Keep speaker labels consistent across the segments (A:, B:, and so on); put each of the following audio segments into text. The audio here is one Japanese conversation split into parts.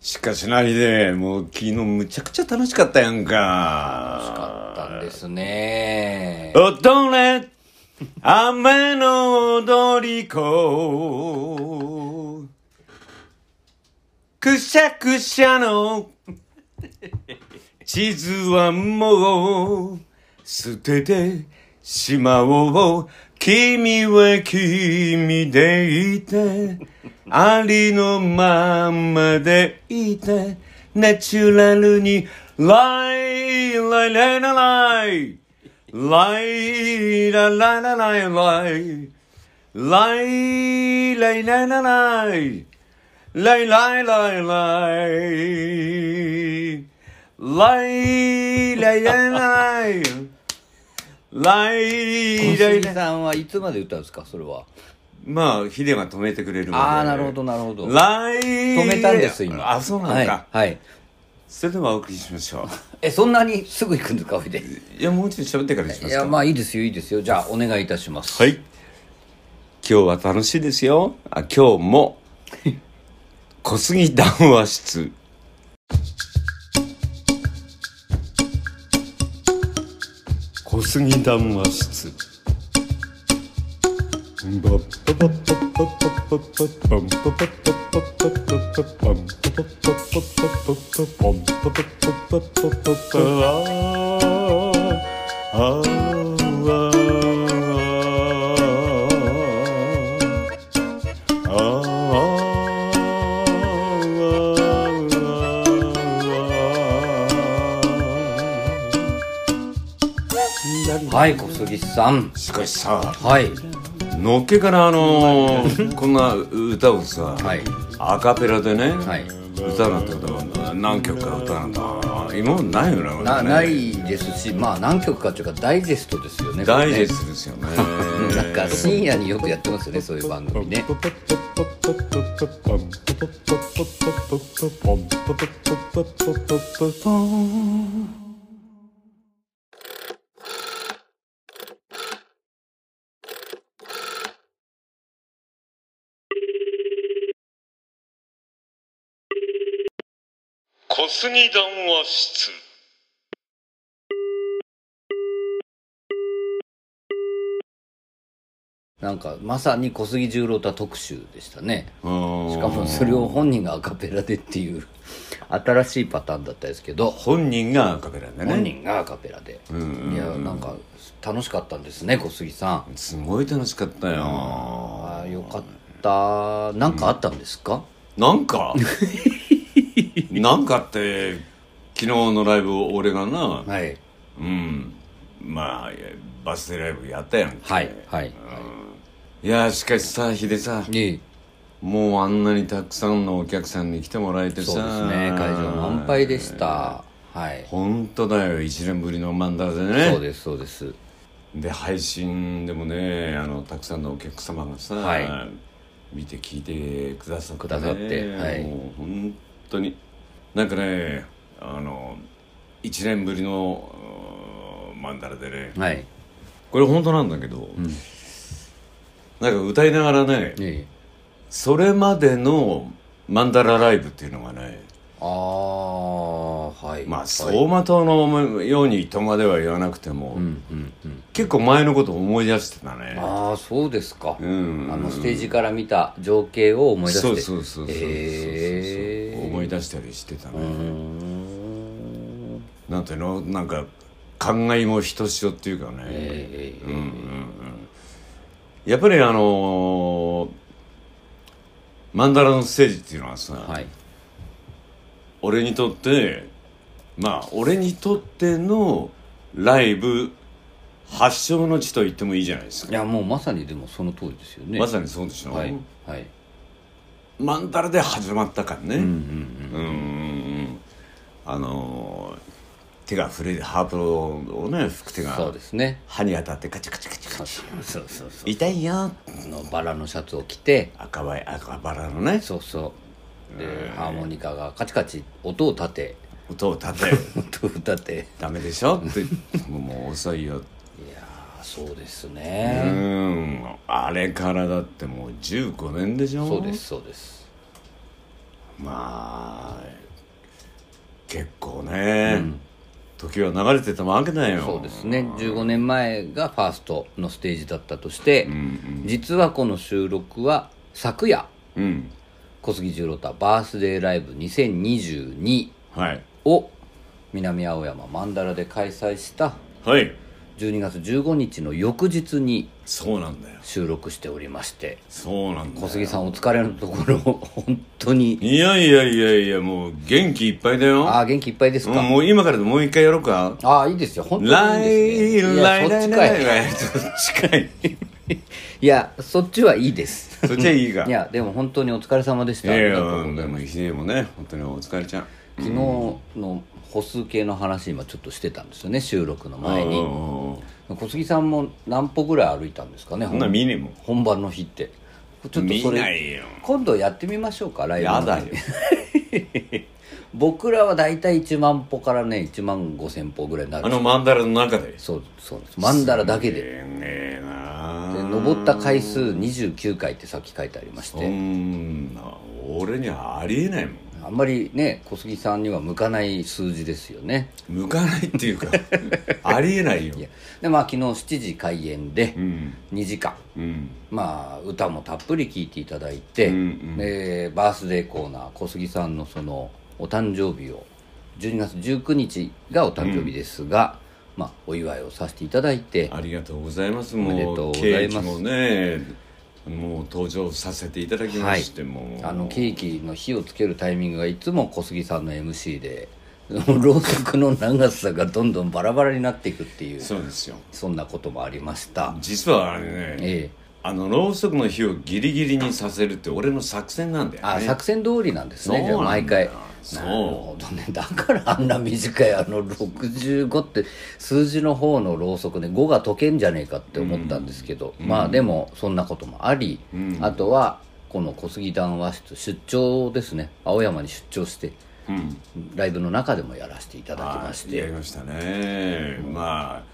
A: しかしなりで、もう昨日むちゃくちゃ楽しかったやんか。
B: 楽しかったですね。
A: 踊れ、雨の踊り子。くしゃくしゃの地図はもう捨ててしまおう。君は君でいて、ありのままでいて、ナチュラルに、ライライライラライ。ライラララライライ。ライライライラライ。ライライライライ。ライライライライ。ライラ
B: 小
A: イ
B: 杉
A: ライ。
B: さんはいつまで歌うんですかそれは。
A: まあ、ヒデが止めてくれるまで。
B: ああ、なるほど、なるほど。止
A: ライ
B: めたんです、今。
A: あ、そうなんだ。
B: はい。はい
A: それではお送りしましょ。
B: え、そんなにすぐ行くんですかおいで。いう
A: いや、もうちょい喋ってからにします
B: や、
A: か。
B: まあいいですよ、いいですよ。じゃあ、お願いいたします。
A: はい。今日は楽しいですよ。あ、今日 も。小杉談話室。小杉談話室。
B: はい、小杉さん。
A: しかしさ
B: はい。
A: のっけからあのーこんな歌をさ、
B: はい
A: アカペラでね、
B: はい
A: 歌なんてことは何曲か歌なんだ今までないよなこれね
B: な、ないですし、まあ何曲かというか、ダイジェストですよね。
A: ダイジェ
B: ト。
A: ストですよ ね
B: なんか深夜によくやってますよね、そういう番組ね。
C: 小杉談話室
B: なんか、まさに小杉十郎太特集でしたね。
A: うん
B: しかもそれを本人がアカペラでっていう新しいパターンだったですけど
A: 本人がアカペラでね
B: 本人がアカペラで、いやなんか楽しかったんですね小杉さん
A: すごい楽しかったよ
B: ああよかったなんかあったんですか、
A: なん かなんかって昨日のライブを俺がな
B: はい
A: うんまあバスでライブやったやんけ
B: はいはい、
A: いやしかしさヒデさ
B: ね
A: もうあんなにたくさんのお客さんに来てもらえてさ
B: そうですね会場満杯でしたはい、
A: 本当だよ1年ぶりの漫談でね
B: そうですそうです
A: で配信でもねあのたくさんのお客様がさ、
B: はい
A: 見て聞いてくださって、ね、
B: くださってはい
A: もう本当になんかねあの1年ぶりのうんマンダラでね
B: はい
A: これ本当なんだけど、なんか歌いながらね
B: ね
A: それまでのマンダラライブっていうのがね
B: ああはい
A: まあ
B: はい
A: 走馬灯のようにとまでは言わなくても、
B: うんうんうん
A: 結構前のことを思い出してたね
B: ああそうですか、
A: うん
B: あのステージから見た情景を思い出して
A: そうそうそうそうそうそうそう
B: へー
A: 思い出したりしてたね、
B: うーん
A: なんていうのなんか感慨もひとしおっていうかね、
B: えー
A: やっぱりあのーマンダラのステージっていうのはさ、
B: はい
A: 俺にとってまあ俺にとってのライブ発祥の地と言ってもいいじゃないです
B: い
A: か、
B: やもうまさにでもその通りですよね
A: まさにそうでしょ、
B: はいはい
A: マンダラで始まったからね、
B: うんうん
A: うんうんうんあのー手が触れハープをね吹く手
B: そう
A: が
B: ですね
A: 歯に当たってカチカチカチカチ
B: そうそうそ
A: 痛いよ
B: うのバラのシャツを着て
A: 赤ワイン赤バラのね
B: そうそうでハーモニカがカチカチ音を立て
A: 音を立て る
B: 音を立て
A: ダメでしょってもうもう遅いよ
B: いやーそうです
A: う
B: ね
A: んあれからだってもう15年でしょ
B: そうですそうです
A: まあ結構ね、時は流れてたわけだよ
B: そうですね15年前がファーストのステージだったとして、実はこの収録は昨夜
A: うん
B: 小杉十郎太バースデーライブ2022
A: はい
B: を南青山曼荼羅で開催した
A: はい
B: 12月15日の翌日に
A: そうなんだよ
B: 収録しておりまして
A: そうなんだよ
B: 小杉さんお疲れのところ本当に
A: いやいやいやいやもう元気いっぱいだよ
B: ああ元気いっぱいです
A: う
B: か、
A: んもう今からでもう一回やろうか
B: ああいいですよ本当にいい
A: 来
B: ですねい
A: 来
B: やそっ
A: 来
B: ちかい
A: 来そっちかい
B: いやそっちはいいです
A: そっちはいいが
B: いやでも本当にお疲れ様でし
A: い
B: た
A: やい
B: あ
A: や
B: りがとうございます
A: でもひでえもね本当にお疲れちゃん
B: 昨日の歩数計の話今ちょっとしてたんですよね収録の前
A: うん
B: に
A: うんうん
B: 小杉さんも何歩ぐらい歩いたんですかね
A: そんなん見ねえもん
B: 本番の日ってちょっとそ
A: 見ない
B: れ
A: よ
B: 今度やってみましょうかライブの
A: や
B: 時
A: だよ
B: 僕らは大体1万歩からね1万5千歩ぐらいになる
A: あのマンダラの中で
B: そうそうですマンダラだけで
A: ええな
B: で登った回数29回ってさっき書いてありまし
A: そ
B: て
A: んな俺にはありえないもん
B: あんまりね小杉さんには向かない数字ですよね
A: 向かないっていうかありえないよ
B: いやでまあ昨日7時開演で
A: うん
B: 2時間
A: うん
B: まあ、歌もたっぷり聴いていただいて、
A: うんうん
B: でバースデーコーナー小杉さんのそのお誕生日を12月19日がお誕生日ですが、まあ、お祝いをさせていただいて
A: ありがとうございます
B: おめで
A: も
B: と
A: う
B: うござ
A: ケー
B: います
A: キもねもう登場させていただきまして、もう
B: あのケーキの火をつけるタイミングがいつも小杉さんの MC で ろうそくの長さがどんどんバラバラになっていくっていう
A: そうですよ
B: そんなこともありました、
A: 実はあれね、
B: ええ
A: あのろうそくの火をギリギリにさせるって俺の作戦なんだよね
B: あ作戦通りなんですね
A: そう
B: じゃあ毎回
A: そう
B: なるほどねだからあんな短いあの65って数字の方のろうそくで5が解けんじゃねえかって思ったんですけど、まあでもそんなこともあり、
A: うん
B: あとはこの小杉談話室出張ですね青山に出張して
A: うん
B: ライブの中でもやらせていただきまし
A: はいやり
B: て
A: ましたねま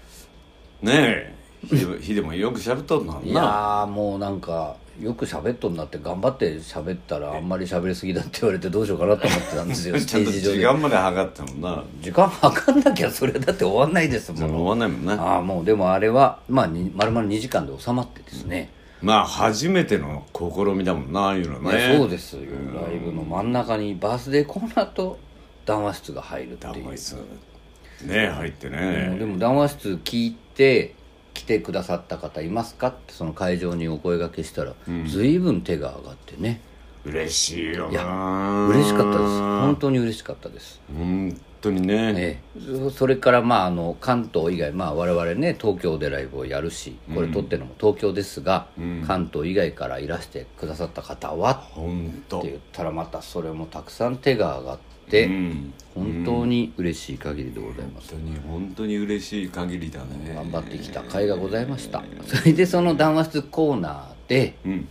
A: あねえひでひでもよくしゃべっとんの
B: い
A: に
B: や
A: な
B: ーもうなんかよく喋っとんなって頑張って喋ったらあんまり喋りすぎだって言われてどうしようかなと思ってたんですよ ス
A: ち
B: テ
A: ゃん
B: ー
A: と
B: ジ上
A: 時
B: で
A: 間まで測ったもんな
B: 時間測んなきゃそれだって終わんないです
A: で
B: もん
A: も終わんないもんな
B: ああもうでもあれはまあに丸々2時間で収まってですね,
A: まあ初めての試みだもんなああいうの
B: いや、
A: はね
B: そうですよライブの真ん中にバースデーコーナーと談話室が入るって
A: ダ
B: いう
A: マいつねえ入って
B: もう
A: ね
B: でも談話室聞いて来てくださった方いますかってその会場にお声がけしたら、随分手が上がってね
A: 嬉しいよ
B: いや
A: な
B: 嬉しかったです本当に嬉しかったです
A: 本当にね
B: ええ、そそれからまああの関東以外、まあ、我々ね東京でライブをやるしこれ撮ってるのも東京ですが、関東以外からいらしてくださった方は
A: 本
B: っ
A: 当
B: て言ったらまたそれもたくさん手が上がって、
A: うん
B: 本当に嬉しい限りでございます、
A: 本当に本当に嬉しい限りだね
B: 頑張ってきた甲斐がございました、それでその談話室コーナーで
A: うん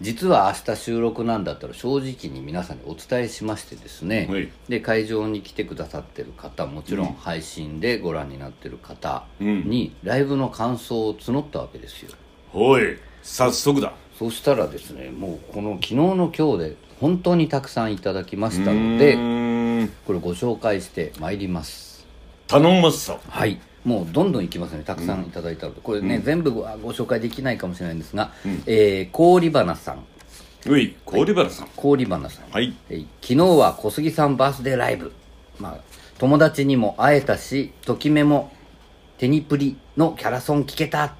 B: 実は明日収録なんだったら正直に皆さんにお伝えしましてですね、
A: はい
B: で会場に来てくださってる方もちろん配信でご覧になってる方
A: うん
B: にライブの感想を募ったわけですよ、
A: ほい早速だ
B: そしたらですねもうこの昨日の今日で本当にたくさんいただきましたので
A: うーん
B: これご紹介してまいります
A: 頼んますさ
B: はいもうどんどんいきますねたくさんいただいたので、これね、全部はご紹介できないかもしれないんですが、えー氷花さん
A: うい郡原さん
B: 氷花さん
A: はい
B: えー昨日は小杉さんバースデーライブ、まあ、友達にも会えたしときめもテニプリのキャラソン聞けた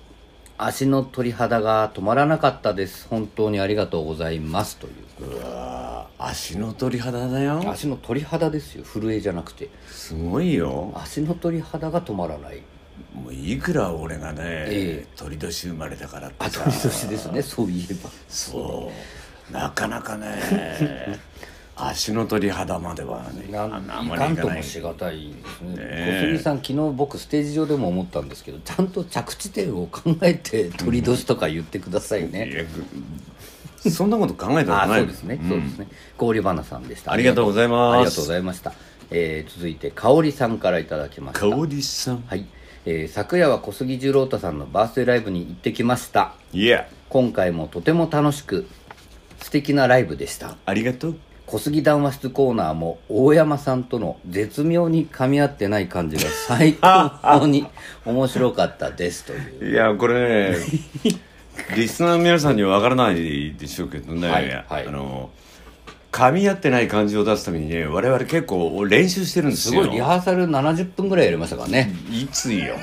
B: 足の鳥肌が止まらなかったです本当にありがとうございますという
A: うわー足の鳥肌だよ
B: 足の鳥肌ですよ震えじゃなくて
A: すごいよ
B: 足の鳥肌が止まらない
A: もういくら俺がね、
B: え
A: 鳥年生まれだからって
B: あ
A: さ
B: 鳥年ですねそういえば
A: そうなかなか ね足の鳥肌まではね
B: な
A: あ
B: ん
A: のあんま
B: い
A: り
B: か
A: い
B: ん
A: か
B: と
A: な
B: も
A: い
B: しがたいですね
A: え
B: 小杉さん昨日僕ステージ上でも思ったんですけどちゃんと着地点を考えて鳥年とか言ってくださいね、
A: いやぐそんなこと考えたこと
B: あ
A: ない
B: そうですね、そうですね氷花さんでした
A: ありがとうございます
B: ありがとうございました、えー続いて香織さんからいただきました
A: 香織さん
B: はい、えー昨夜は小杉十郎太さんのバースデーライブに行ってきました
A: いや
B: 今回もとても楽しく素敵なライブでした
A: ありがとう
B: 小小杉談話室コーナーも大山さんとの絶妙に噛み合ってない感じが最高に面白かったですという。
A: いやこれね リスナーの皆さんには分からないでしょうけどね、
B: はいはい
A: あの噛み合ってない感じを出すためにね我々結構練習してるんですすよ
B: ごいリハーサル70分ぐらいやりましたからね。
A: いつよ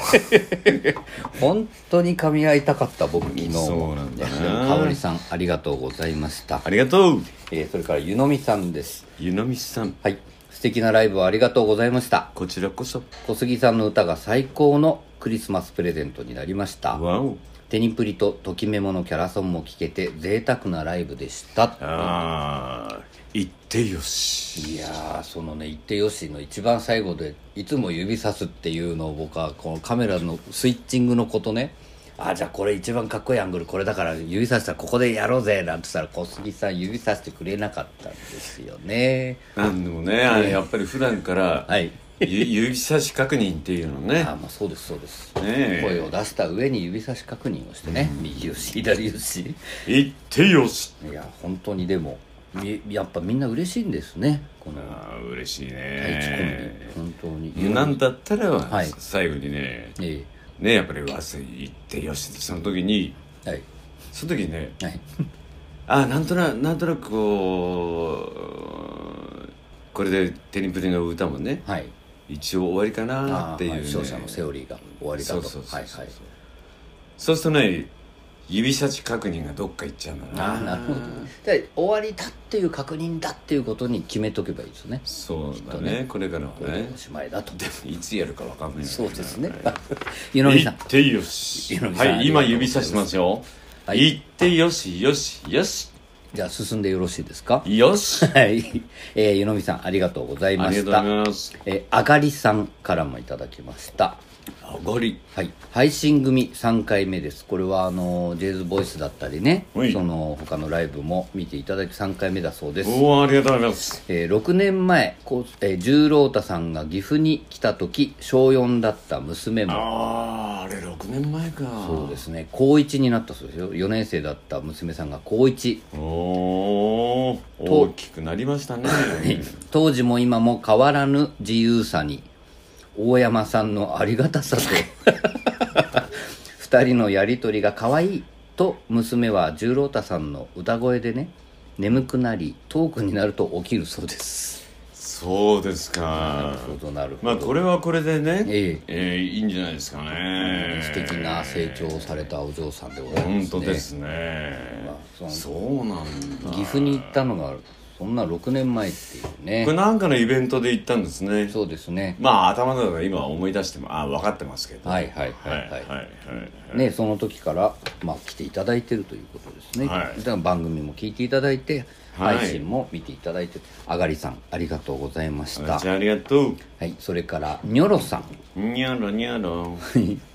B: 本当に噛み合いたかった僕昨日も
A: そうなんだな
B: でも香織さんありがとうございました
A: あ、りがとう
B: えーそれから湯飲みさんです
A: 湯飲みさん
B: はい素敵なライブをありがとうございました
A: こちらこそ
B: 小杉さんの歌が最高のクリスマスプレゼントになりました
A: わお
B: テニプリとときメモのキャラソンも聴けて贅沢なライブでした
A: ああ行ってよし
B: いやーそのね「言ってよし」の一番最後でいつも指さすっていうのを僕はこのカメラのスイッチングのことねあじゃあこれ一番かっこいいアングルこれだから指さしたらここでやろうぜなんて言ったら小杉さん指さしてくれなかったんですよね
A: なんでもねあのやっぱり普段から、
B: はい
A: ゆ指差し確認っていうの ね
B: あまあそうですそうです、
A: ねえ
B: 声を出した上に指さし確認をしてね右よし左よし
A: 行ってよし
B: いや本当にでもみやっぱみんな嬉しいんですねこの
A: ああ嬉しい
B: 第一コ
A: ね
B: ンビ本当に
A: なんだったら、
B: はい
A: 最後にね
B: え
A: ねやっぱり忘れ行ってよしってその時に
B: えはい
A: その時にね
B: はい
A: あなんとなくなんとなくこうこれで「テニプリ」の歌もね
B: はい
A: 一応終わりかなっていう、ね
B: あーはい勝者のセオリーが終わりだと
A: そうそうそうそう
B: はいはい
A: そうするとね指差し確認がどっか行っちゃうんだな
B: あーなるほどじゃあ終わりだっていう確認だっていうことに決めとけばいいですね
A: そうだ
B: きっと
A: ね
B: ね
A: これからは
B: これで
A: ね
B: おしまいだと
A: でもいつやるかわかんない
B: そうですね
A: 湯
B: 湯飲みさん
A: ってよし
B: 湯飲みさ
A: は
B: ん
A: い今指差してますよ
B: はい
A: 行ってよしよしよし
B: じゃあ進んでよろしいですか
A: よし
B: はい、えー、湯飲みさんありがとうござい
A: あ
B: ま
A: りがとう
B: し
A: ござ
B: た
A: います
B: えーあがりさんからもいただきました
A: あごり
B: はい、配信組3回目ですこれはあのジェイズボイスだったりね
A: はい
B: その他のライブも見ていただき3回目だそうです
A: おーありがとうございます
B: えー6年前こう、えー、十郎太さんが岐阜に来た時小4だった娘も
A: あああれ6年前か
B: そうですね高1になったそうですよ4年生だった娘さんが高1
A: おー大きくなりましたね
B: 当時も今も変わらぬ自由さに大山さんのありがたさと 二人のやりとりが可愛いと娘は十郎太さんの歌声でね眠くなりトークになると起きるそうです
A: そうですか
B: なるほどなるほど、
A: まあこれはこれでね
B: ええ
A: えーいいんじゃないですかね
B: 素敵な成長をされたお嬢さんでございま
A: 本
B: す
A: 当
B: ね
A: ですね
B: まあその
A: そうなんだ
B: 岐阜に行ったのがそんな6年前っていうね
A: これなんかのイベントで行ったんですね
B: そうですね
A: まあ頭の中で今思い出してもあ分かってますけど
B: はいはいはい
A: はい
B: はい、
A: はいはい
B: ね、その時から、まあ、来ていただいてるということですね、
A: はい
B: だから番組も聞いていただいて
A: はい
B: 配信も見ていただいて、あがりさんありがとうございまし
A: あ
B: た
A: じゃあありがと
B: はい、それからニョロさん
A: うにゃろにゃろ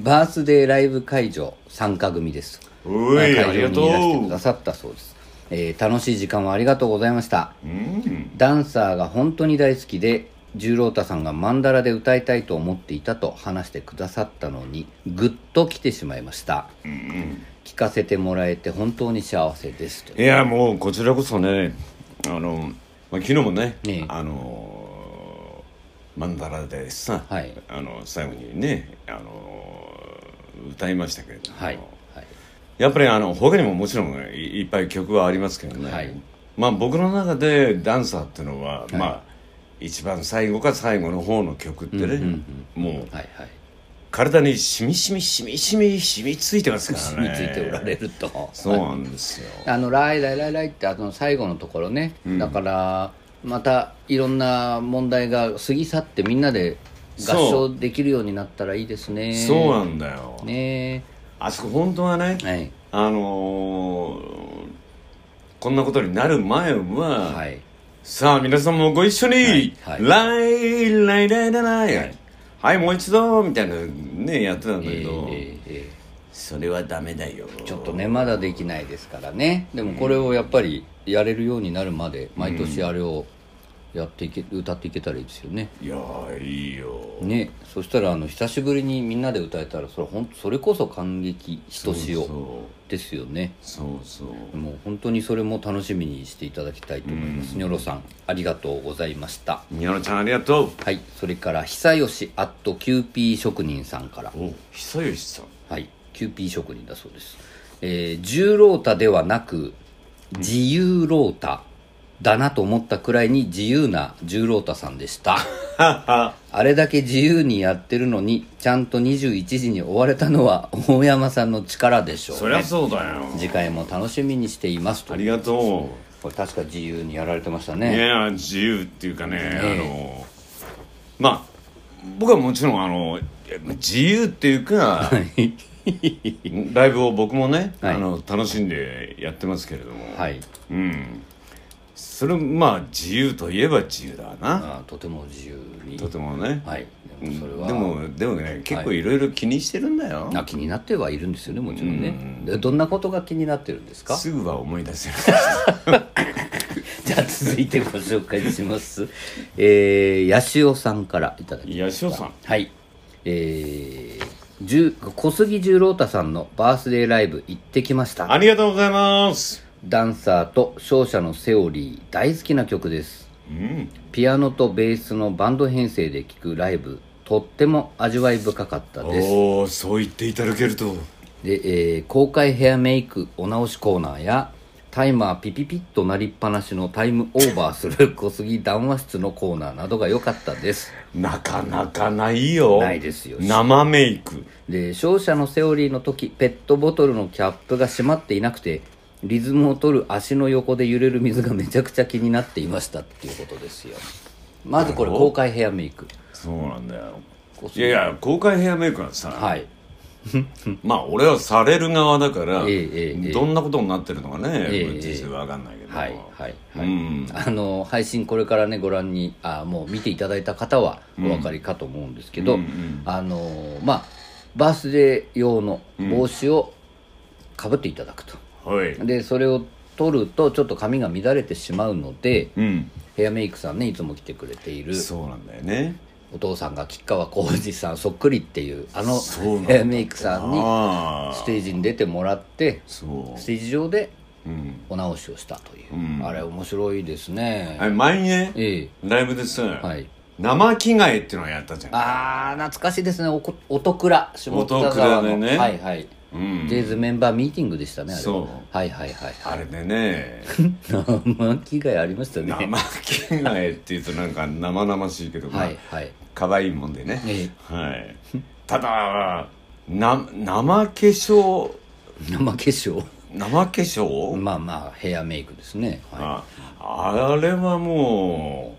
B: バースデーライブ会場参加組です
A: おいありがと
B: いらしてく
A: う
B: ださったそうです、えー楽しい時間をありがとうございました
A: うん
B: ダンサーが本当に大好きで十郎太さんがマンダラで歌いたいと思っていたと話してくださったのにぐっと来てしまいました、聞かせてもらえて本当に幸せですと
A: いやもうこちらこそねあの、まあ、昨日もね
B: ええ
A: あのマンダラでさ、
B: はい
A: あの最後にねあの歌いましたけれども、
B: はい、はい、
A: やっぱりあの他にももちろんいいっぱい曲はありますけどね、
B: はい
A: まあ僕の中でダンサーっていうのは、まあ一番最後か最後の方の曲ってね、もう
B: はいはい
A: 体にしみしみしみしみしみついてますから
B: に
A: ね
B: ついておられると
A: そうなんですよ
B: あの「ライライライライ」ってあの最後のところね、だからまたいろんな問題が過ぎ去ってみんなで合
A: そ
B: 唱できるようになったらいいですね
A: そうなんだよ、
B: ね
A: あそこ本当はね、
B: はい
A: あのーこんなことになる前は、
B: はい
A: さあ皆さんもご一緒に、
B: いはい
A: ライライライライライ、は
B: はいい、
A: もう一度みたいなねやってたんだけど、
B: えーえー
A: それはダメだよ
B: ちょっとねまだできないですからねでもこれをやっぱりやれるようになるまで毎年あれをやっていけ歌っていけたらいいですよね
A: いやーいいよ
B: ねそしたらあの久しぶりにみんなで歌えたらそれほんそれこそ感激ひとし
A: そう
B: おですよね
A: そうそうそう
B: もう本当にそれも楽しみにしていただきたいと思います、ニョロさんありがとうございました
A: ニョロちゃんありがとう
B: はいそれから久吉アットキューピー職人さんから
A: お久吉さん
B: はいキューピー職人だそうですえー重ロータではなく自由ロータだなと思ったくらいに自由な重ロータさんで したあれだけ自由にやってるのにちゃんと21時に追われたのは大山さんの力でしょ
A: そうり
B: ね
A: ゃそうだよ
B: 次回も楽しみにしていますと
A: ありがと
B: これ確か自由にやられてました
A: うい
B: ね
A: や自由っていうかね、
B: え
A: あのまあ僕はもちろんあの自由っていうかライブを僕もね、
B: はい
A: あの楽しんでやってますけれども、
B: はい
A: うんそれまあ自由といえば自由だな
B: あーとても自由に
A: とてもね、
B: はいでもそれは
A: でもでもね結構いろいろ気にしてるんだよ、
B: あ気になってはいるんですよねもちろんねでどんなことが気になってるんですか
A: すぐは思い出せる
B: じゃあ続いてご紹介しますえー、ヤシオさんからいただきま
A: い
B: す
A: やしおさん
B: はいえー十小杉十郎太さんのバースデーライブ行ってきました
A: ありがとうございます
B: ダンサーと勝者のセオリー大好きな曲です
A: うん
B: ピアノとベースのバンド編成で聴くライブとっても味わい深かったです
A: おおそう言っていただけると
B: で、えー公開ヘアメイクお直しコーナーやタイマーピピピッとなりっぱなしのタイムオーバーする小杉談話室のコーナーなどが良かったです
A: なかなかないよ
B: ないですよ
A: 生メイク
B: で勝者のセオリーの時ペットボトルのキャップが閉まっていなくてリズムを取る足の横で揺れる水がめちゃくちゃ気になっていましたっていうことですよまずこれ公開ヘアメイク
A: そうなんだよ
B: 小
A: い
B: 杉
A: やいや公開ヘアメイクはさ、
B: はい
A: まあ俺はされる側だから、
B: ええええええ
A: どんなことになってるのかね、
B: ええ
A: これ実際わかんないけど、
B: はいはいはい、
A: うん
B: あの配信これからねご覧にあもう見ていただいた方はお分かりかと思うんですけど、
A: うんうん
B: あのまあバースデー用の帽子をかぶっていただくと、
A: はい
B: でそれを取るとちょっと髪が乱れてしまうので、
A: うん
B: ヘアメイクさんねいつも来てくれている
A: そうなんだよね
B: お父さんが吉川浩司さんそっくりっていうあの
A: そうなんだ
B: ヘアメイクさんに
A: ああ
B: ステージに出てもらって
A: そ
B: ステージ上で
A: う、うん、
B: お直しをしたという、
A: うん
B: あれ面白いですね、
A: あれ前にね
B: え
A: ライブでさ、
B: えはい
A: 生着替えっていうのをやったじゃん
B: あー懐かしいですねおこおとくら下北
A: おとくら
B: 沢
A: で
B: の、
A: ね
B: はいはい、
A: うん
B: ジェイズメンバーミーティングでしたねあれは
A: そう
B: はいはいはい
A: あれでね
B: 生着替えありましたね
A: 生着替えっていうとなんか生々しいけど、まあ
B: はいはい
A: 可愛いもんでね、
B: え
A: はい、ただな生化粧
B: 生化粧
A: 生化粧、
B: まあまあヘアメイクですね、は
A: ああれはもう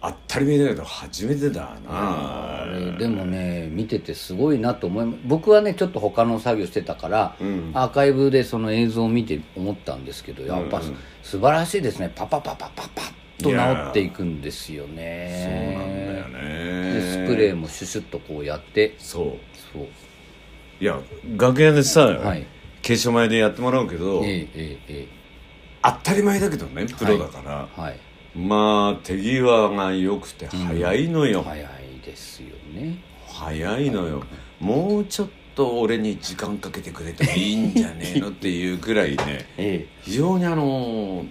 A: あったり前だけど初めてだ
B: い、
A: な
B: あれでもね見ててすごいなと思います僕はねちょっと他の作業してたから、
A: うん
B: アーカイブでその映像を見て思ったんですけどやっぱす、
A: うんうん
B: 素晴らしいですねパパパパパパッと
A: いやー
B: 直っていくんですよね
A: そうなんだよね
B: でスプレーもシュシュッとこうやって
A: そう
B: そう
A: いや楽屋でさ、
B: はい
A: 化粧前でやってもらうけど、
B: えええええ
A: 当たり前だけどねプロだから、
B: えはい
A: まあ手際が良くて早いのよ、
B: 早いですよね
A: 早いのよもうちょっと俺に時間かけてくれてもいいんじゃねえのっていうくらいね
B: え
A: 非常にあの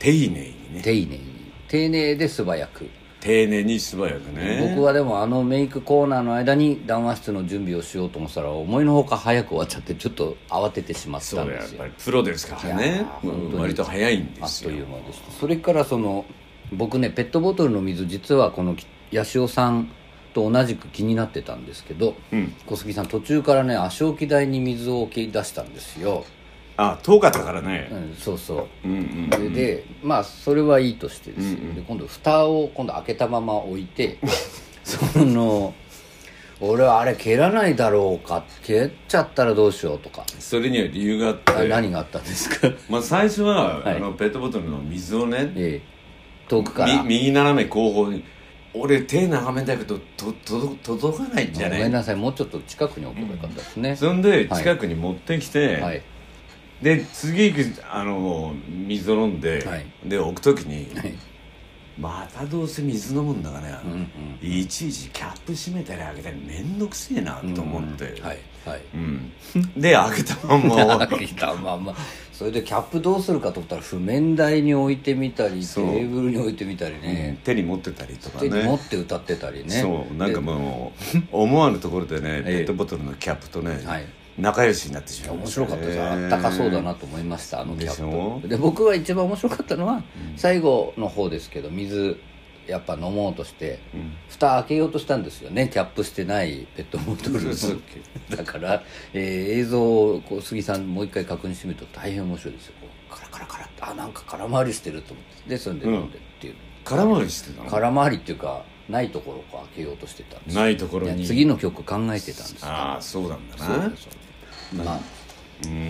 A: 丁寧に
B: え
A: ね
B: 丁寧に丁寧で素早く、
A: 丁寧に素早くね
B: 僕はでもあのメイクコーナーの間に談話室の準備をしようと思ってたら思いのほか早く終わっちゃってちょっと慌ててしまっ
A: そ
B: たん
A: うだよ
B: で
A: やっ
B: すよ
A: ぱりプロですから
B: いや
A: ね
B: ー
A: うん
B: 本当に
A: 割と早いんで
B: あっ
A: す
B: と
A: よ
B: いう間でしたそれからその僕ねペットボトルの水実はこの八潮さんと同じく気になってたんですけど、
A: うん
B: 小杉さん途中からね足置き台に水を置き出したんですよ、
A: あ遠かったから
B: う
A: ね
B: ん、そうそう
A: うんうん
B: それでまあそれはいいとしてですよ、
A: うんうん
B: で今度蓋を今度開けたまま置いて その俺はあれ蹴らないだろうか蹴っちゃったらどうしようとか、
A: それには理由があって
B: あ何があったんで すか
A: まあ、最初は、
B: はい
A: あのペットボトルの水をね
B: ええ遠くから
A: み右斜め後方に俺手眺めだけどとと届かないんじゃ
B: ご
A: ない
B: めんなさいもうちょっと近くに置けばよかったですね、
A: そんで
B: はい
A: 近くに持ってきて、
B: はい
A: で次行くあの水を飲んで、
B: はい
A: で置く時に
B: はい
A: またどうせ水飲むんだから、
B: うんうん
A: いちいちキャップ閉めたり開けたりめんどくせえなと思って、うん
B: はいはい
A: で開けたまん ま
B: 飽きたまあまあそれでキャップどうするかと思ったら譜面台に置いてみたりテ
A: そう
B: ーブルに置いてみたりね、
A: 手に持ってたりとか
B: 手
A: ね
B: に持って歌ってたりね
A: そうなんか
B: で
A: もう思わぬところでねペ
B: ええ
A: ットボトルのキャップとね、
B: はい
A: 仲良しになってしまい
B: 面
A: ました
B: 白
A: ね
B: かったですあったかそうだなと思いましたあのキャ
A: でし
B: ッ
A: ょ
B: プで僕が一番面白かったのは、最後の方ですけど水やっぱ飲もうとして、蓋開けようとしたんですよねキャップしてないペットボトル
A: そう
B: のだから、えー映像をこう杉さんもう一回確認してみると大変面白いですよこうカラカラカラってあなんか空回りしてると思ってでそんで飲んでっていう、
A: 空回りしてたの
B: 空回りっていうかないところをこう開けようとしてたんですよ
A: ないところ
B: い
A: に
B: や次の曲考えてたんです
A: ああそうなんだ
B: そう
A: な
B: ですまあだか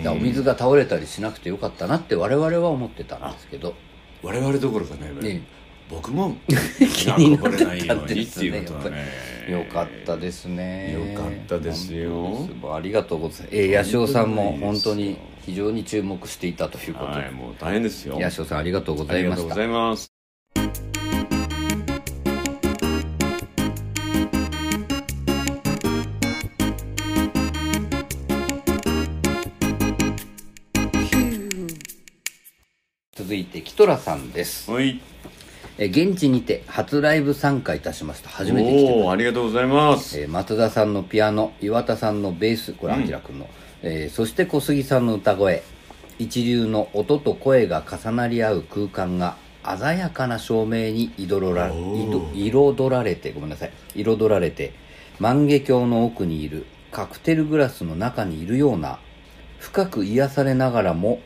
B: らお水が倒れたりしなくてよかったなって我々は思ってたんですけど
A: 我々どころかね
B: ね
A: 僕も
B: 気になっ
A: 気がこぼ
B: てたんですね
A: れないようにっていうことはね
B: よかったですね
A: よかったですよ
B: 本当ですありがとうございますえー八潮さんも本当に非常に注目していたということ
A: は
B: で
A: いもう大変ですよ
B: 八潮さんありがとうご
A: あ
B: ざ
A: り
B: い
A: が
B: ま
A: とうご
B: した
A: ざいます
B: 続いてキトラさんです
A: はい
B: えー現地にて初ライブ参加いたしました初めて来てくれ
A: おおーありがとうございます
B: えー松田さんのピアノ岩田さんのベースこれ明君の、えーそして小杉さんの歌声一流の音と声が重なり合う空間が鮮やかな照明に彩ら彩彩られてごめんなさい彩られて万華鏡の奥にいるカクテルグラスの中にいるような深く癒されながらも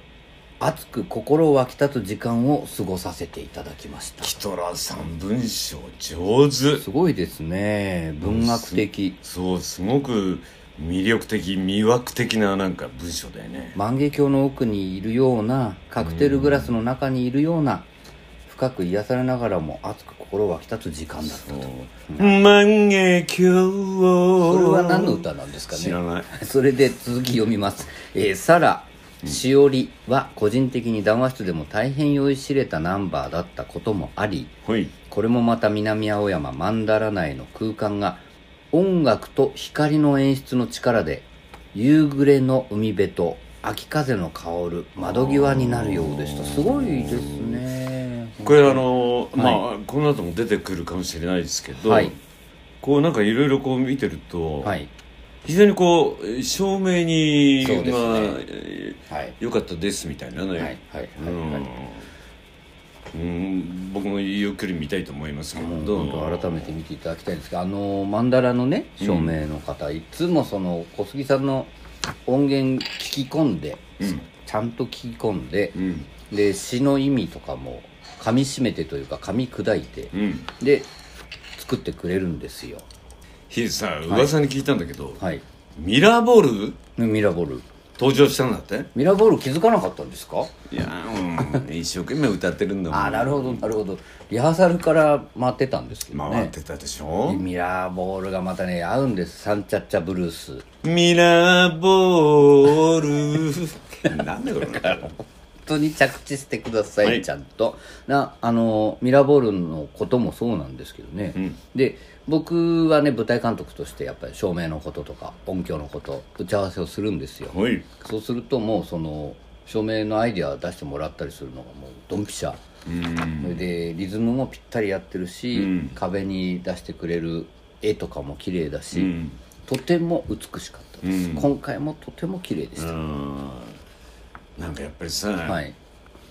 B: 熱く心を沸き立つ時間を過ごさせていただきました
A: キトラさん文章上手
B: すごいですね文学的
A: そうすごく魅力的魅惑的ななんか文章だよね
B: 万華鏡の奥にいるようなカクテルグラスの中にいるような深く癒されながらも熱く心湧き立つ時間だったと
A: 万華鏡を
B: それは何の歌なんですかね
A: 知らない
B: それで続き読みます、えーサラしおりは個人的に談話室でも大変酔いしれたナンバーだったこともあり
A: はい
B: これもまた南青山曼荼羅内の空間が音楽と光の演出の力で夕暮れの海辺と秋風の香る窓際になるようでしたすごいですね
A: これあのー
B: は
A: まあこの後も出てくるかもしれないですけど、
B: はい
A: こうなんかいろいろこう見てると、
B: はい
A: 非常にこうえー照明に
B: そうですね
A: まあえ
B: はい
A: ー良かったですみたいなね、
B: はいはいはい
A: うん、
B: はい
A: うん僕もゆっくり見たいと思いますけど、
B: うん本当改めて見ていただきたいんですけどあの曼荼羅のね照明の方、いつもその小杉さんの音源聞き込んで、ちゃんと聞き込んで、
A: うん
B: で詩の意味とかも噛み締めてというか噛み砕いて、
A: うん
B: で作ってくれるんですよ
A: ヒデさん噂に聞いたんだけど、
B: はい
A: ミラーボール
B: ミラボル
A: 登場したんだって
B: ミラボル気づかなかったんですか
A: いやー、うん、一生懸命歌ってるんだもん
B: あなるほどなるほどリハーサルから回ってたんですけどね
A: 回ってたでしょ、
B: ミラーボールがまたね合うんですサンチャッチャブルース
A: ミラーボールなんだこれ
B: 本当に着地してください、
A: はい
B: ちゃんとなあのミラーボールのこともそうなんですけどね、で僕はね舞台監督としてやっぱり照明のこととか音響のこと打ち合わせをするんですよ
A: はい
B: そうするともうその照明のアイディア出してもらったりするのがもうドンピシャそれでリズムもぴったりやってるし、壁に出してくれる絵とかも綺麗だし、とても美しかったです、今回もとても綺麗でした、
A: なんかやっぱりさ、
B: はい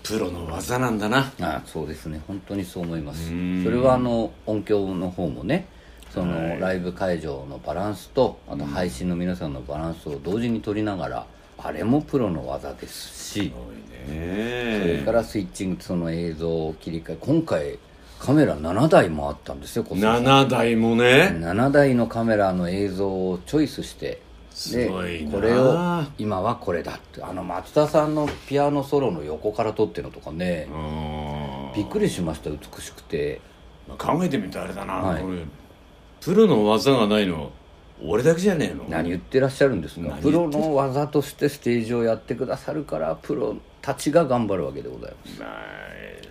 A: プロの技なんだな
B: あそうですね本当にそう思いますそれはあの音響の方もねその、ライブ会場のバランスとあと配信の皆さんのバランスを同時に取りながら、あれもプロの技ですし、
A: 多いね
B: それからスイッチングその映像を切り替え今回カメラ7台もあったんですよこっそり
A: 7台もね
B: 7台のカメラの映像をチョイスしてです
A: ごいな
B: これを今はこれだってあの松田さんのピアノソロの横から撮ってるのとかね
A: うーん
B: びっくりしました美しくて
A: まあ考えてみるとあれだな、
B: はい
A: これプロの技がないの俺だけじゃねえの
B: 何言ってらっしゃるんですか
A: 何
B: プ
A: 言
B: ロの技としてステージをやってくださるからプロたちが頑張るわけでございます
A: まあえ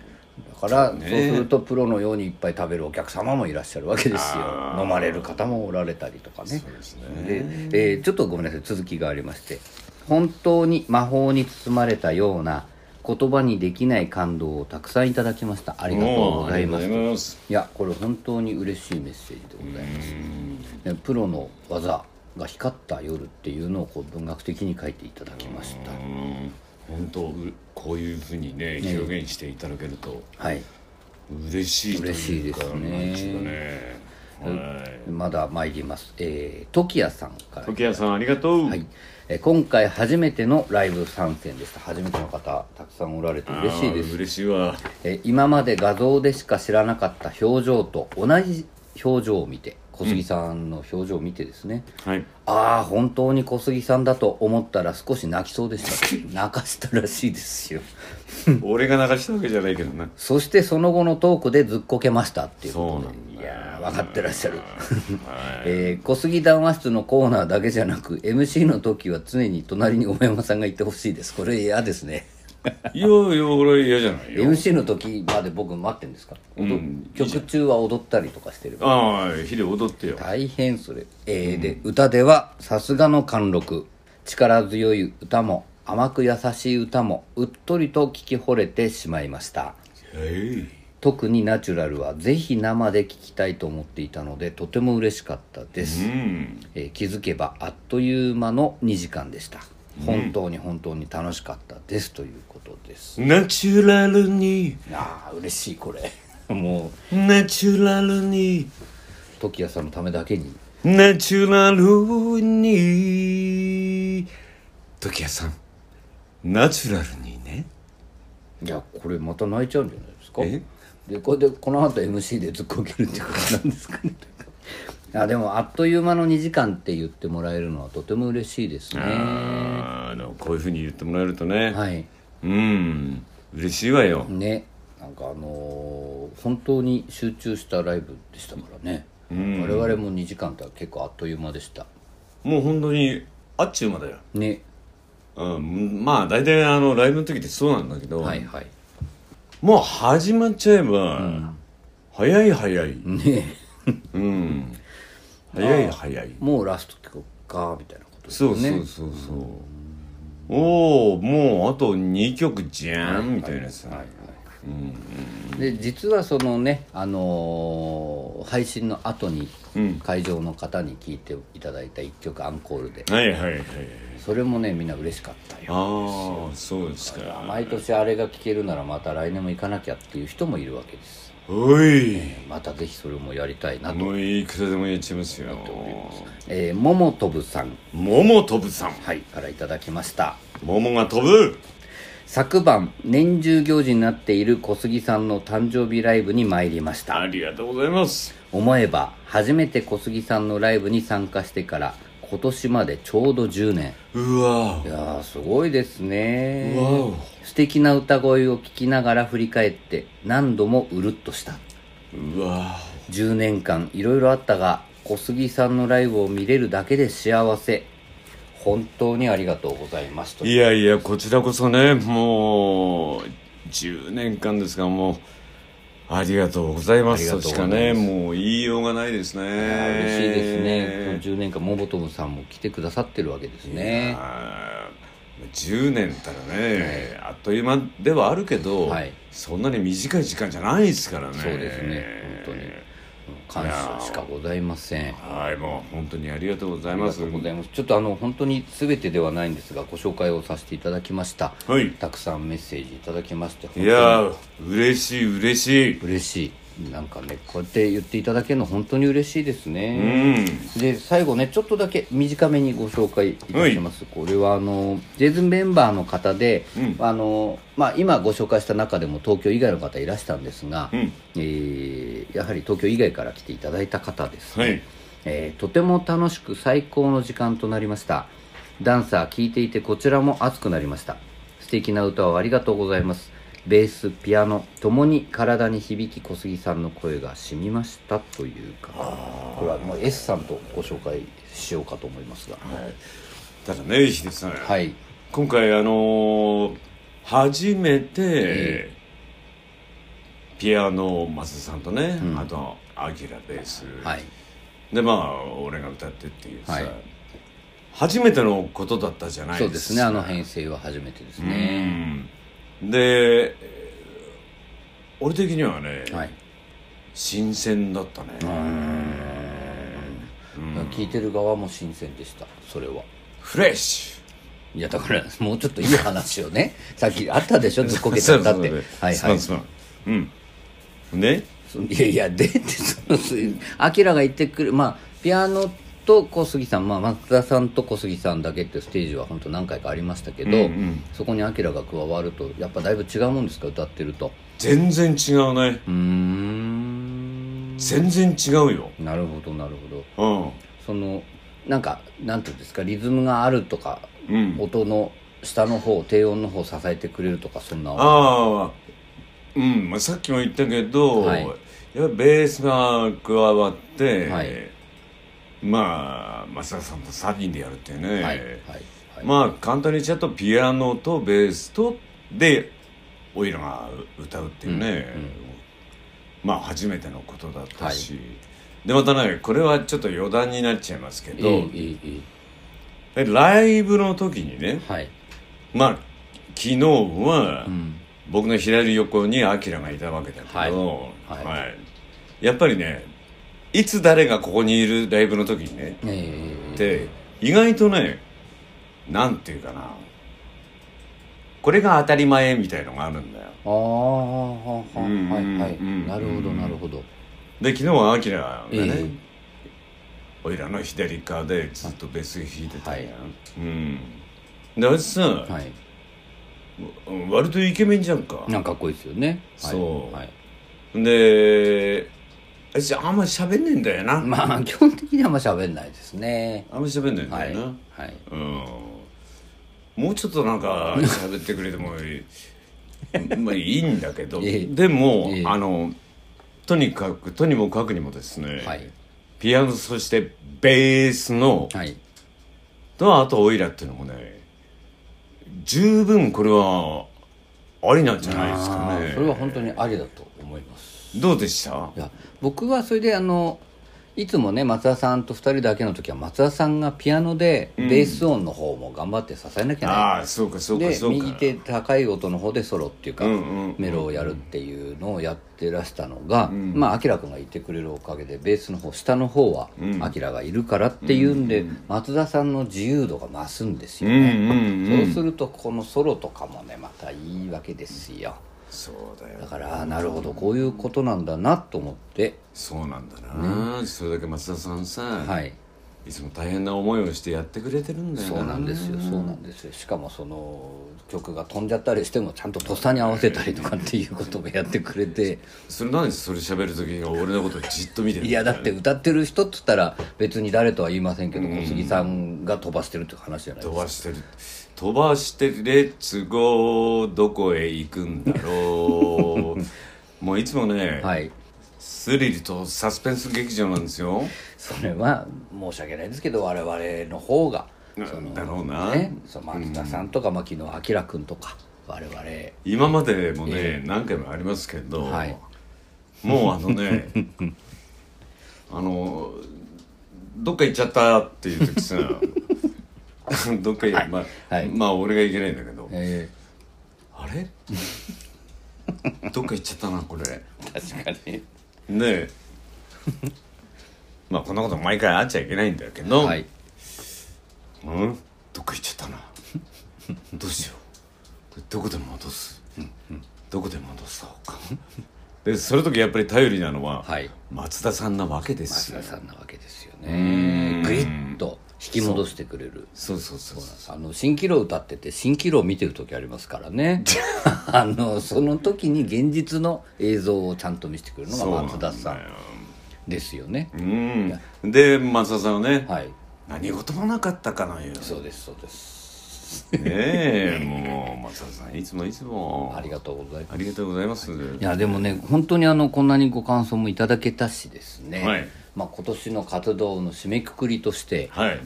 B: だからそう,、
A: ね
B: するとプロのようにいっぱい食べるお客様もいらっしゃるわけです
A: あ
B: よ
A: ー
B: 飲まれる方もおられたりとかね
A: そうですね
B: でえーちょっとごめんなさい続きがありまして本当に魔法に包まれたような言葉にできない感動をたくさんいただきましたありがとうございま
A: おー
B: す
A: ありがとうございます
B: いやこれ本当に嬉しいメッセージでございますねプロの技が光った夜っていうのをこう文学的に書いていただきました
A: うん本当うこういうふうにね表現していただけると
B: はい
A: 嬉しいというか
B: 嬉しいですね
A: なんちゅうかねはい
B: まだ参りますえー、時矢さんから
A: 時矢さんありがとう、
B: はい、えー今回初めてのライブ参戦でした初めての方たくさんおられて嬉しいで
A: あー
B: す、
A: 嬉しいわ
B: えー今まで画像でしか知らなかった表情と同じ表情を見て小杉さんの表情を見てですね、
A: はい
B: ああ本当に小杉さんだと思ったら少し泣きそうでした 泣かしたらしいですよ
A: 俺が流したわけじゃないけ どな
B: そしてその後のトークでずっこけましたっていうこと
A: そ
B: で
A: うなんだ
B: いやー分かってらっしゃる、
A: は
B: えー小杉談話室のコーナーだけじゃなく MC の時は常に隣に大山さんがいてほしいですこれ嫌ですね
A: いいやいや俺は嫌じゃないよ
B: MC の時まで僕待ってんですか、
A: うん
B: 踊っ曲中は踊ったりとかしてる
A: ああヒデ踊ってよ
B: 大変それ、えーで歌ではさすがの貫禄力強い歌も甘く優しい歌もうっとりと聞き惚れてしまいました
A: はい
B: 特にナチュラルはぜひ生で聞きたいと思っていたのでとても嬉しかったです、
A: うん
B: えー気づけばあっという間の2時間でした本当に本当に楽しかったですということです、
A: ナチュラルに
B: ああ嬉しいこれ もう
A: ナチュラルに
B: 時矢さんのためだけに
A: ナチュラルに時矢さんナチュラルにね
B: いやこれまた泣いちゃうんじゃないですか
A: え
B: でこれでこの後 MC でずっこけるってことなんですかね あでもあっという間の2時間って言ってもらえるのはとても嬉しいですね
A: あーでもこういうふうに言ってもらえるとね、
B: はい
A: うん嬉しいわよ、
B: ねなんかあのー本当に集中したライブでしたからね、我々も2時間って結構あっという間でした
A: もう本当にあっちゅうまだよ、
B: ね
A: うん、まあ大体あのライブの時ってそうなんだけど、
B: はいはい
A: もう始まっちゃえば、早い早い
B: ね
A: うん早い早い
B: もうラスト曲かみたいなことです
A: そ
B: よ
A: う
B: ね
A: そうそうそう、おおもうあと2曲じゃんみたいなさ、
B: で実はそのね、あのー配信の後に
A: うん
B: 会場の方に聞いていただいた1曲アンコールで
A: はいはいはい
B: それもねみんな嬉しかったよ
A: ああそうですか
B: 毎年あれが聴けるならまた来年も行かなきゃっていう人もいるわけです
A: おい
B: またぜひそれもやりたいなと、
A: もういくらでもやっちゃいますよ
B: えー、ももとぶさん、
A: 桃飛ぶさん
B: はい、からいただきました
A: 桃が飛ぶ
B: 昨晩年中行事になっている小杉さんの誕生日ライブに参りました
A: ありがとうございます
B: 思えば初めて小杉さんのライブに参加してから今年までちょうど10年
A: うわ
B: いやーすごいですね
A: わお
B: 素敵な歌声を聞きながら振り返って何度もうるっとした
A: うわ
B: 10年間いろいろあったが小杉さんのライブを見れるだけで幸せ本当にありがとうございますと
A: いやいやこちらこそねもう10年間ですがもうありがとうございます
B: あ
A: と
B: りがとう
A: し
B: ござ
A: か
B: います
A: ねもう言いようがないですね
B: いやー嬉しいですねこの10年間モボトムさんも来てくださってるわけですね
A: あー10年たらね、あっという間ではあるけど、
B: はい
A: そんなに短い時間じゃないですからね
B: そうですね本当に感謝しかございません
A: はいもう本当にありがとうござい
B: あり
A: ま
B: が
A: す
B: とうございます。ちょっとあの本当に全てではないんですがご紹介をさせていただきました。
A: はい
B: たくさんメッセージいただきまして本当
A: い
B: に
A: やー嬉しい嬉しい
B: 嬉しい。なんかねこうやって言っていただけるの本当に嬉しいです
A: う
B: ね。
A: ん
B: で最後ねちょっとだけ短めにご紹介いたします。これはあのジェイズンメンバーの方で、
A: うん
B: あのまあ今ご紹介した中でも東京以外の方いらしたんですが、
A: うん
B: えーやはり東京以外から来ていただいた方です、ね。
A: はい
B: えーとても楽しく最高の時間となりましたダンサー聴いていてこちらも熱くなりました素敵な歌をありがとうございますベースピアノともに体に響き小杉さんの声が染みましたというかこれはもう S さんとご紹介しようかと思いますが
A: ただねヒデさん、
B: はい
A: 今回あのー初めて、ピアノを松田さんとね、あとアキラベース、
B: はい
A: でまあ俺が歌ってっていうさ、
B: はい
A: 初めてのことだったじゃない
B: そう
A: で
B: で
A: す
B: すね
A: か
B: あの編成は初めてですね
A: うんでえー俺的にはね、
B: はい
A: 新鮮だったね
B: 聞いてる側も新鮮でしたそれは
A: フレッシュ
B: いやだからもうちょっといい話 をねさっきあったでしょずっこけちゃったって
A: そうそうそう
B: はい
A: す
B: は
A: ま
B: い
A: んすまんうんね
B: いやいやでってそのそアキラが言ってくるまあピアノと小杉さん、まあ、松田さんと小杉さんだけっていうステージは本当何回かありましたけど、
A: うんうん
B: そこにアキラが加わるとやっぱだいぶ違うもんですか歌ってると
A: 全然違うね
B: うーん
A: 全然違うよ
B: なるほどなるほど
A: うん
B: そのなんかなんていうんですかリズムがあるとか、
A: うん
B: 音の下の方低音の方を支えてくれるとかそんな
A: ああうん、まあ、さっきも言ったけど、
B: はい
A: やっぱベースが加わって、
B: はい
A: まあ増田さんと3人でやるっていうね、
B: はいはいはい、
A: まあ簡単に言っちゃうとピアノとベースとでおいらが歌うっていうね、まあ初めてのことだったし、でまたねこれはちょっと余談になっちゃいますけ
B: い
A: ど
B: いいいいい
A: えライブの時にね
B: はい
A: まあ昨日は、
B: うん
A: 僕の左横にアキラがいたわけだけど、
B: はい
A: は
B: はい
A: やっぱりねいつ誰がここにいるライブの時にね
B: ええええ
A: って意外とねなんていうかなこれが当たり前みたいのがあるんだよ
B: ああはあはあ
A: うん
B: はいはい
A: うん
B: なるほどなるほど
A: で昨日はアキラがね、
B: ええ
A: おいらの左側でずっとベース弾いてたんや、
B: は
A: うんであいつさ、
B: はい
A: 割とイケメンじゃんか
B: なんかかっこいいですよねはい
A: そう
B: はい
A: であいつあんまり喋んねえんだよな、
B: まあ基本的にはあんま喋んないですね
A: あんまり喋んないん
B: は
A: だ
B: い
A: よな、
B: はい
A: うんもうちょっとなんか喋ってくれてもいい まあいいんだけど
B: ええ
A: でも、
B: ええ
A: あのとにかくとにもかくにもですね、
B: はい
A: ピアノそしてベースの、
B: はい
A: とあとオイラっていうのもね十分これはありなんじゃないですか
B: あ
A: ね
B: ーそれは本当にありだと思います
A: どうでした
B: いや僕はそれであのいつもね松田さんと2人だけの時は松田さんがピアノでベース音の方も頑張って支えなきゃいけない、
A: ああそうかそうか
B: で
A: そうか
B: 右手高い音の方でソロっていうか、
A: うんうんうん
B: メロをやるっていうのをやってらしたのが、まあ明君が言ってくれるおかげでベースの方下の方は明がいるからっていうんで、松田さんの自由度が増すんですよ
A: うん
B: ね、
A: うんうん
B: そうするとこのソロとかもねまたいいわけですよ
A: そうだよ
B: だからあーなるほどこういうことなんだなと思って
A: そうなんだな、それだけ松田さんさ、
B: はい
A: いつも大変な思いをしてやってくれてるんだよ
B: そうなんですよそうなんですよしかもその曲が飛んじゃったりしてもちゃんととっさに合わせたりとかっていうこともやってくれて
A: それ何それ喋る時に俺のことじっと見てる
B: いやだって歌ってる人っつったら別に誰とは言いませんけど小杉さんが飛ばしてるって話じゃないです
A: 飛
B: か
A: ばしてる飛ばしてレッツゴーどこへ行くんだろうもういつもね、
B: はい
A: スリルとサスペンス劇場なんですよ
B: それは申し訳ないですけど我々の方が
A: な
B: その
A: だろうな
B: ねその松田さんとか牧野明君とか我々
A: 今までもね、何回もありますけど、
B: はい
A: もうあの ねあのどっか行っちゃったっていう時 さどっか、まあ
B: はい
A: まあ俺がいけないんだけど、
B: え
A: あ れどっか行っちゃったなこれね
B: ー確かに
A: え まあこんなこと毎回あっちゃいけないんだけど、
B: はい
A: うんどっか行っちゃったなどうしようどこで戻す、どこで戻そうかでその時やっぱり頼りなのは、
B: はい
A: 松田さんなわけです
B: 松
A: よ
B: 田さんなわけですよねグイッと引き戻してくれる
A: そうそうそう
B: あの蜃気楼歌ってて蜃気楼見てる時ありますか らねあのその時に現実の映像をちゃんと見せてくれるのが松田さんですよね
A: うんで松田さんはね、
B: はい
A: 何事もなかったかのように
B: そうですそうです
A: ねえもう松田さんいつもいつも
B: ありがとうございます
A: ありがとうございます
B: いやでもね本当にあのこんなにご感想もいただけたしですね、
A: はい
B: まあ、今年の活動の締めくくりとして
A: はい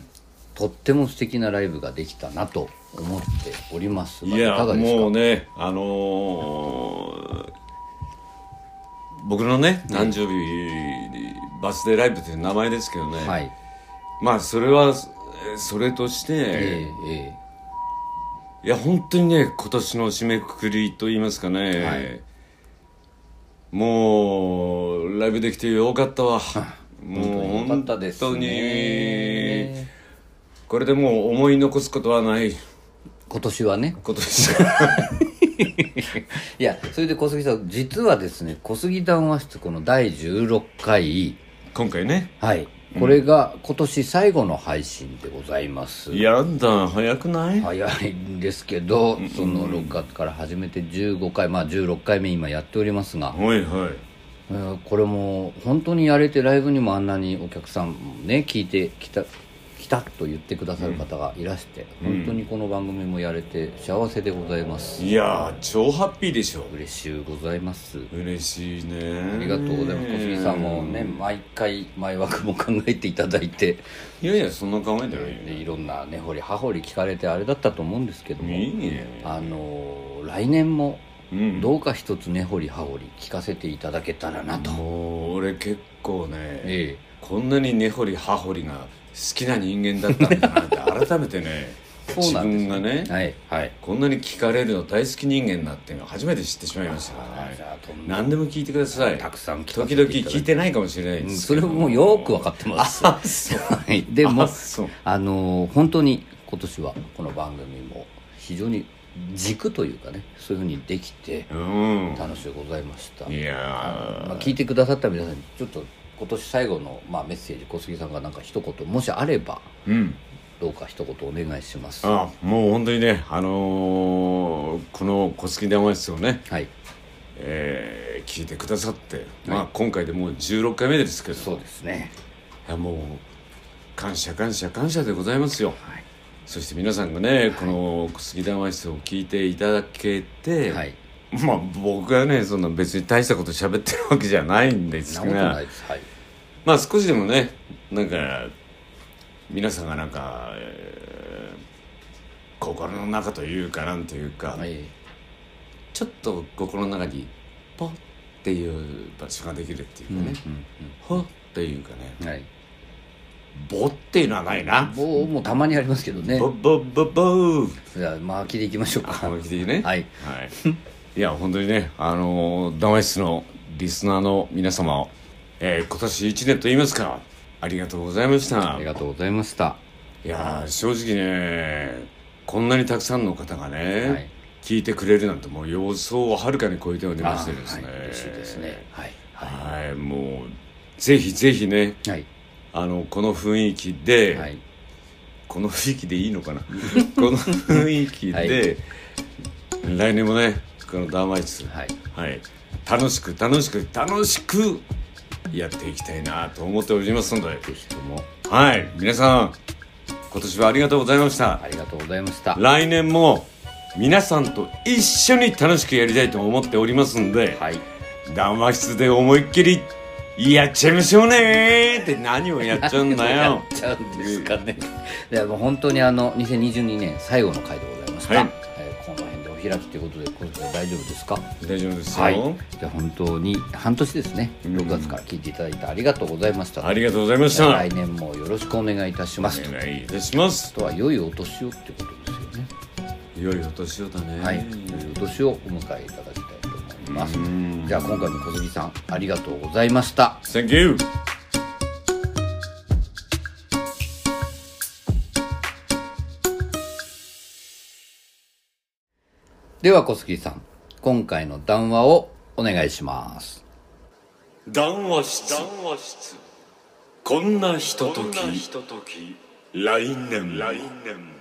B: とっても素敵なライブができたなと思っておりますが
A: いや
B: かがですか
A: もうねあのー僕のね誕生日バースデーライブという名前ですけどね、
B: はい
A: まあそれはえそれとして、
B: えええ
A: いや本当にね今年の締めくくりと言いますかね、
B: はい
A: もうライブできてよかったわもう
B: よかったですね
A: 本当にこれでもう思い残すことはない
B: え今年はね
A: 今年
B: いやそれで小杉さん実はですね小杉談話室この第16回
A: 今回ね
B: はいこれが今年最後の配信でございます、
A: やんだ早くない、
B: 早いんですけどその6月から始めて15回まあ16回目今やっておりますが、
A: はいはい
B: えーこれも本当にやれてライブにもあんなにお客さんもね聞いてきた来たと言ってくださる方がいらして、本当にこの番組もやれて幸せでございます、
A: いやー超ハッピーでしょ
B: 嬉しゅうございます
A: 嬉しいね
B: ありがとうございます小杉さんもね毎回毎枠も考えていただいて
A: いやいやそんな考えてないよ
B: でいろんな根掘り葉掘り聞かれてあれだったと思うんですけども
A: いいね
B: あのー来年も
A: うん
B: どうか一つ根掘り葉掘り聞かせていただけたらなと、
A: もう俺結構ね、
B: え
A: こんなに根掘り葉掘りが好きな人間だったんだなって改めてね
B: そうなんです
A: 自分がね、
B: えはいはい
A: こんなに聞かれるの大好き人間だっていうのを初めて知ってしまいました
B: あーじゃあどんな
A: 何でも聞いてください
B: たくさん聞か
A: 時
B: せていただ
A: 々
B: いて
A: 聞いてないかもしれないで
B: うん
A: す
B: そ
A: け
B: れ
A: ど
B: ももうよく分かってま す
A: あそう
B: はいでも
A: あそう
B: あのー本当に今年はこの番組も非常に軸というかねそういうふうにできて
A: うん
B: 楽しいございました、
A: いや
B: まあ、聞いてくださった皆さんにちょっと今年最後の、まあ、メッセージ小杉さんがなんか一言もしあれば
A: ーうん
B: どうか一言お願いしますは
A: あもう本当にねあのーこの「小杉談話室」をね、
B: い
A: えー聞いてくださって、まあ今回でもう16回目ですけど
B: そうですね
A: いやもう感謝感謝感謝でございますよ
B: はい
A: そして皆さんがね、この「小杉談話室」を聞いていただけて、
B: はい
A: まあ僕はねそんな別に大したこと喋ってるわけじゃないんで
B: そ
A: す
B: んなことな
A: が
B: いですはい
A: まあ少しでもねなんか皆さんがなんか、えー心の中というかなんというか、
B: はい
A: ちょっと心の中にポッっていう場所ができるっていう
B: うん
A: かね、
B: う
A: ほっていうかね
B: んはい
A: ボっていうのはないな
B: もうもうたまにありますけどね
A: ボボボボー
B: じゃあまあ聞いていきましょうか
A: あ本気でね
B: は
A: は
B: い
A: い、いや本当にねあのー、ダマイスのリスナーの皆様を、えー今年1年と言いますかありがとうございました
B: ありがとうございました
A: いやー正直ねこんなにたくさんの方がね、
B: はい
A: 聞いてくれるなんてもう予想をはるかに超えておりましてですね、
B: あーはい嬉しいですねはいは
A: はいもうぜひぜひね
B: いはい
A: あのこの雰囲気で、
B: はい
A: この雰囲気でいいのかな この雰囲気で、来年もねこのダーマイス、
B: はい
A: はい、楽しく楽しく楽しくやっていきたいなと思っておりますので、
B: ぜひとも
A: はい、皆さん今年はありがとうございました
B: ありがとうございましたは
A: 来年も皆さんと一緒に楽しくやりたいと思っておりますんで、
B: い
A: 談話室で思いっきりやっちゃいましょうねーって何をやっちゃうんだ
B: や
A: よ
B: っちゃうんですかね。いやもう本当にあの2022年最後の回でございました。
A: はい
B: えーこの辺でお開きということでこれで大丈夫ですか。
A: 大丈夫ですよ、
B: はい。じゃあ本当に半年ですね。6月から聞いていただいてありがとうございました。
A: ありがとうございまし
B: じゃ
A: た
B: あ
A: お
B: 来年もよろしくお願いいたします。
A: 願いいたします
B: とは良いお年をってことですよね。
A: 良いお年をだね
B: はい。良いお年をお迎えいただきたいと思います。じゃあ今回も小杉さんありがとうございました。
A: Thank you
B: では小杉さん今回の談話をお願いします。
A: 談話室
C: 談話室
A: こんなひと
C: こ
A: と
C: んな
A: き
C: ひととき
A: 来年
C: 来年も